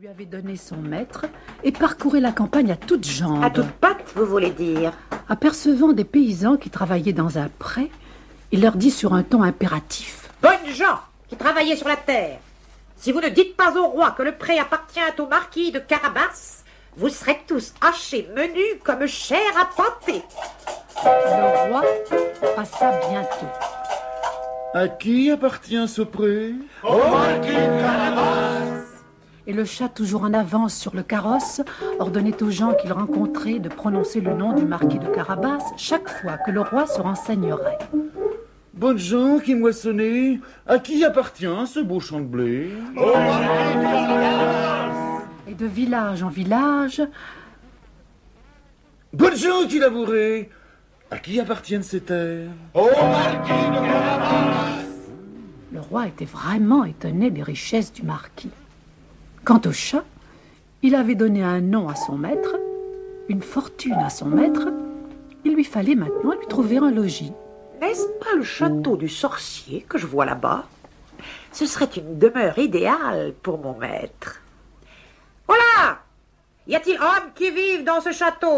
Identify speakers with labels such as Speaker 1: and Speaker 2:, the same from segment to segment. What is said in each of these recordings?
Speaker 1: lui avait donné son maître et parcourait la campagne à toutes jambes.
Speaker 2: À toutes pattes, vous voulez dire
Speaker 1: Apercevant des paysans qui travaillaient dans un pré, il leur dit sur un ton impératif
Speaker 2: Bonnes gens qui travaillaient sur la terre, si vous ne dites pas au roi que le pré appartient au marquis de Carabas, vous serez tous hachés menus comme chair à pâté.
Speaker 1: Le roi passa bientôt.
Speaker 3: À qui appartient ce pré
Speaker 1: Et le chat, toujours en avance sur le carrosse, ordonnait aux gens qu'il rencontrait de prononcer le nom du marquis de Carabas chaque fois que le roi se renseignerait.
Speaker 3: Bonnes gens qui moissonnez, à qui appartient ce beau champ de blé
Speaker 1: Et de village en village,
Speaker 3: Bonnes gens qui labourez, à qui appartiennent ces terres
Speaker 1: le roi était vraiment étonné des richesses du marquis. Quant au chat, il avait donné un nom à son maître, une fortune à son maître. Il lui fallait maintenant lui trouver un logis.
Speaker 2: N'est-ce pas le château du sorcier que je vois là-bas Ce serait une demeure idéale pour mon maître. Voilà Y a-t-il homme qui vive dans ce château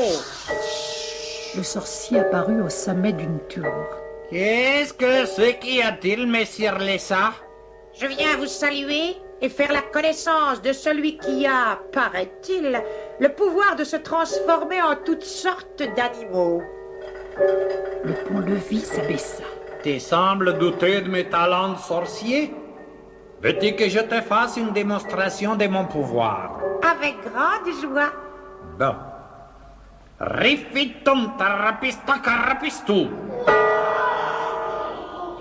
Speaker 1: Le sorcier apparut au sommet d'une tour.
Speaker 4: Qu'est-ce que c'est qu'y a-t-il, messire Lessa
Speaker 2: Je viens vous saluer et faire la connaissance de celui qui a, paraît-il, le pouvoir de se transformer en toutes sortes d'animaux.
Speaker 1: Le pont-levis s'abaissa.
Speaker 4: Tu sembles douter de mes talents de sorcier Veux-tu que je te fasse une démonstration de mon pouvoir
Speaker 2: Avec grande joie.
Speaker 4: Bon. Rifitum tarapista carapistou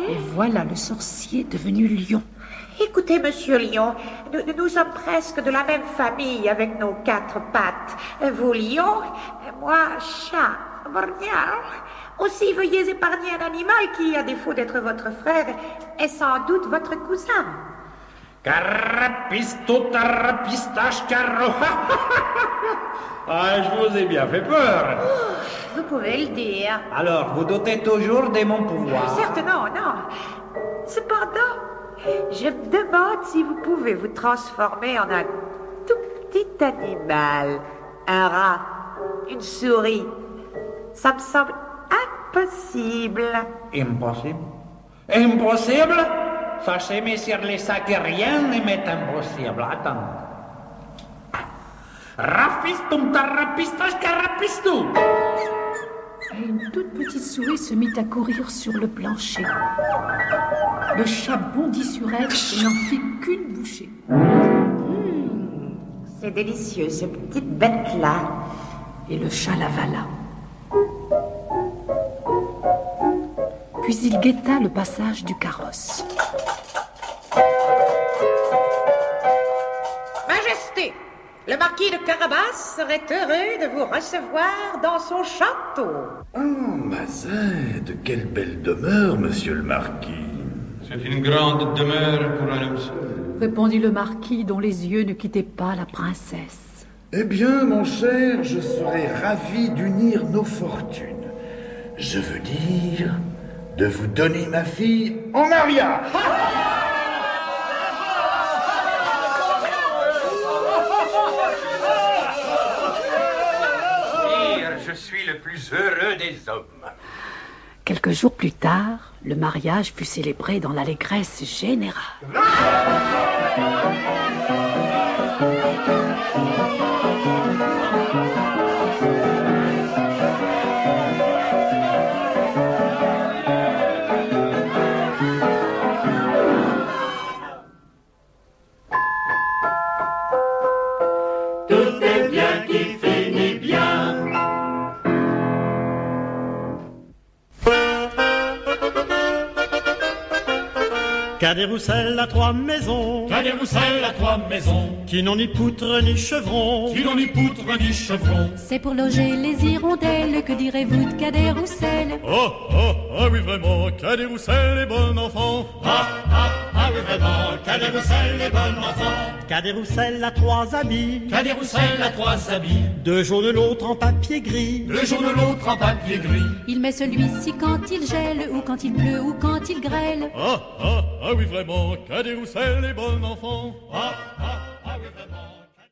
Speaker 1: Et voilà le sorcier devenu lion.
Speaker 2: Écoutez, monsieur Lion, nous, nous sommes presque de la même famille avec nos quatre pattes. Vous, Lion, moi, chat. Miaou. Aussi, veuillez épargner un animal qui, à défaut d'être votre frère, est sans doute votre cousin.
Speaker 4: Carapisto, tarapistache, caro. ah, je vous ai bien fait peur.
Speaker 2: Vous pouvez le dire.
Speaker 4: Alors, vous doutez toujours de mon pouvoir.
Speaker 2: Certes, non, non. Cependant, je me demande si vous pouvez vous transformer en un tout petit animal. Un rat, une souris. Ça me semble impossible.
Speaker 4: Impossible. Impossible Sachez, messieurs les sacs, que rien ne m'est impossible. ah, Attends. Rapistum tarapistas carapistou
Speaker 1: Et une toute petite souris se mit à courir sur le plancher. Le chat bondit sur elle et n'en fit qu'une bouchée.
Speaker 2: C'est délicieux, ces petites bêtes-là.
Speaker 1: Et le chat l'avala. Puis il guetta le passage du carrosse.
Speaker 2: Majesté, le marquis de Carabas serait heureux de vous recevoir dans son château.
Speaker 3: Oh, Mazette, quelle belle demeure, monsieur le marquis
Speaker 5: C'est une grande demeure pour un homme seul.
Speaker 1: Répondit le marquis dont les yeux ne quittaient pas la princesse.
Speaker 3: Eh bien, mon cher, je serais ravi d'unir nos fortunes. Je veux dire, de vous donner ma fille en mariage.
Speaker 5: Sire, je suis le plus heureux des hommes.
Speaker 1: Quelques jours plus tard, le mariage fut célébré dans l'allégresse générale.
Speaker 6: Cadet Roussel a trois maisons,
Speaker 7: Cadet Roussel à trois maisons,
Speaker 6: qui n'ont ni poutre ni chevron.
Speaker 7: qui n'ont ni poutre ni chevron.
Speaker 8: C'est pour loger les hirondelles, que direz-vous de Cadet Roussel
Speaker 6: Oh, oh, ah oui vraiment, Cadet Roussel est bon enfant.
Speaker 7: Ah, ah, ah oui vraiment, Cadet Roussel est bon enfant.
Speaker 6: Cadet Roussel a trois habits,
Speaker 7: Cadet Roussel a trois habits,
Speaker 6: deux jours de l'autre en papier gris.
Speaker 7: le jour de l'autre en papier gris.
Speaker 8: Il met celui-ci quand il gèle, ou quand il pleut, ou quand il grêle.
Speaker 6: Ah, ah, ah oui vraiment, Cadet Roussel est bon enfant.
Speaker 7: Ah, ah,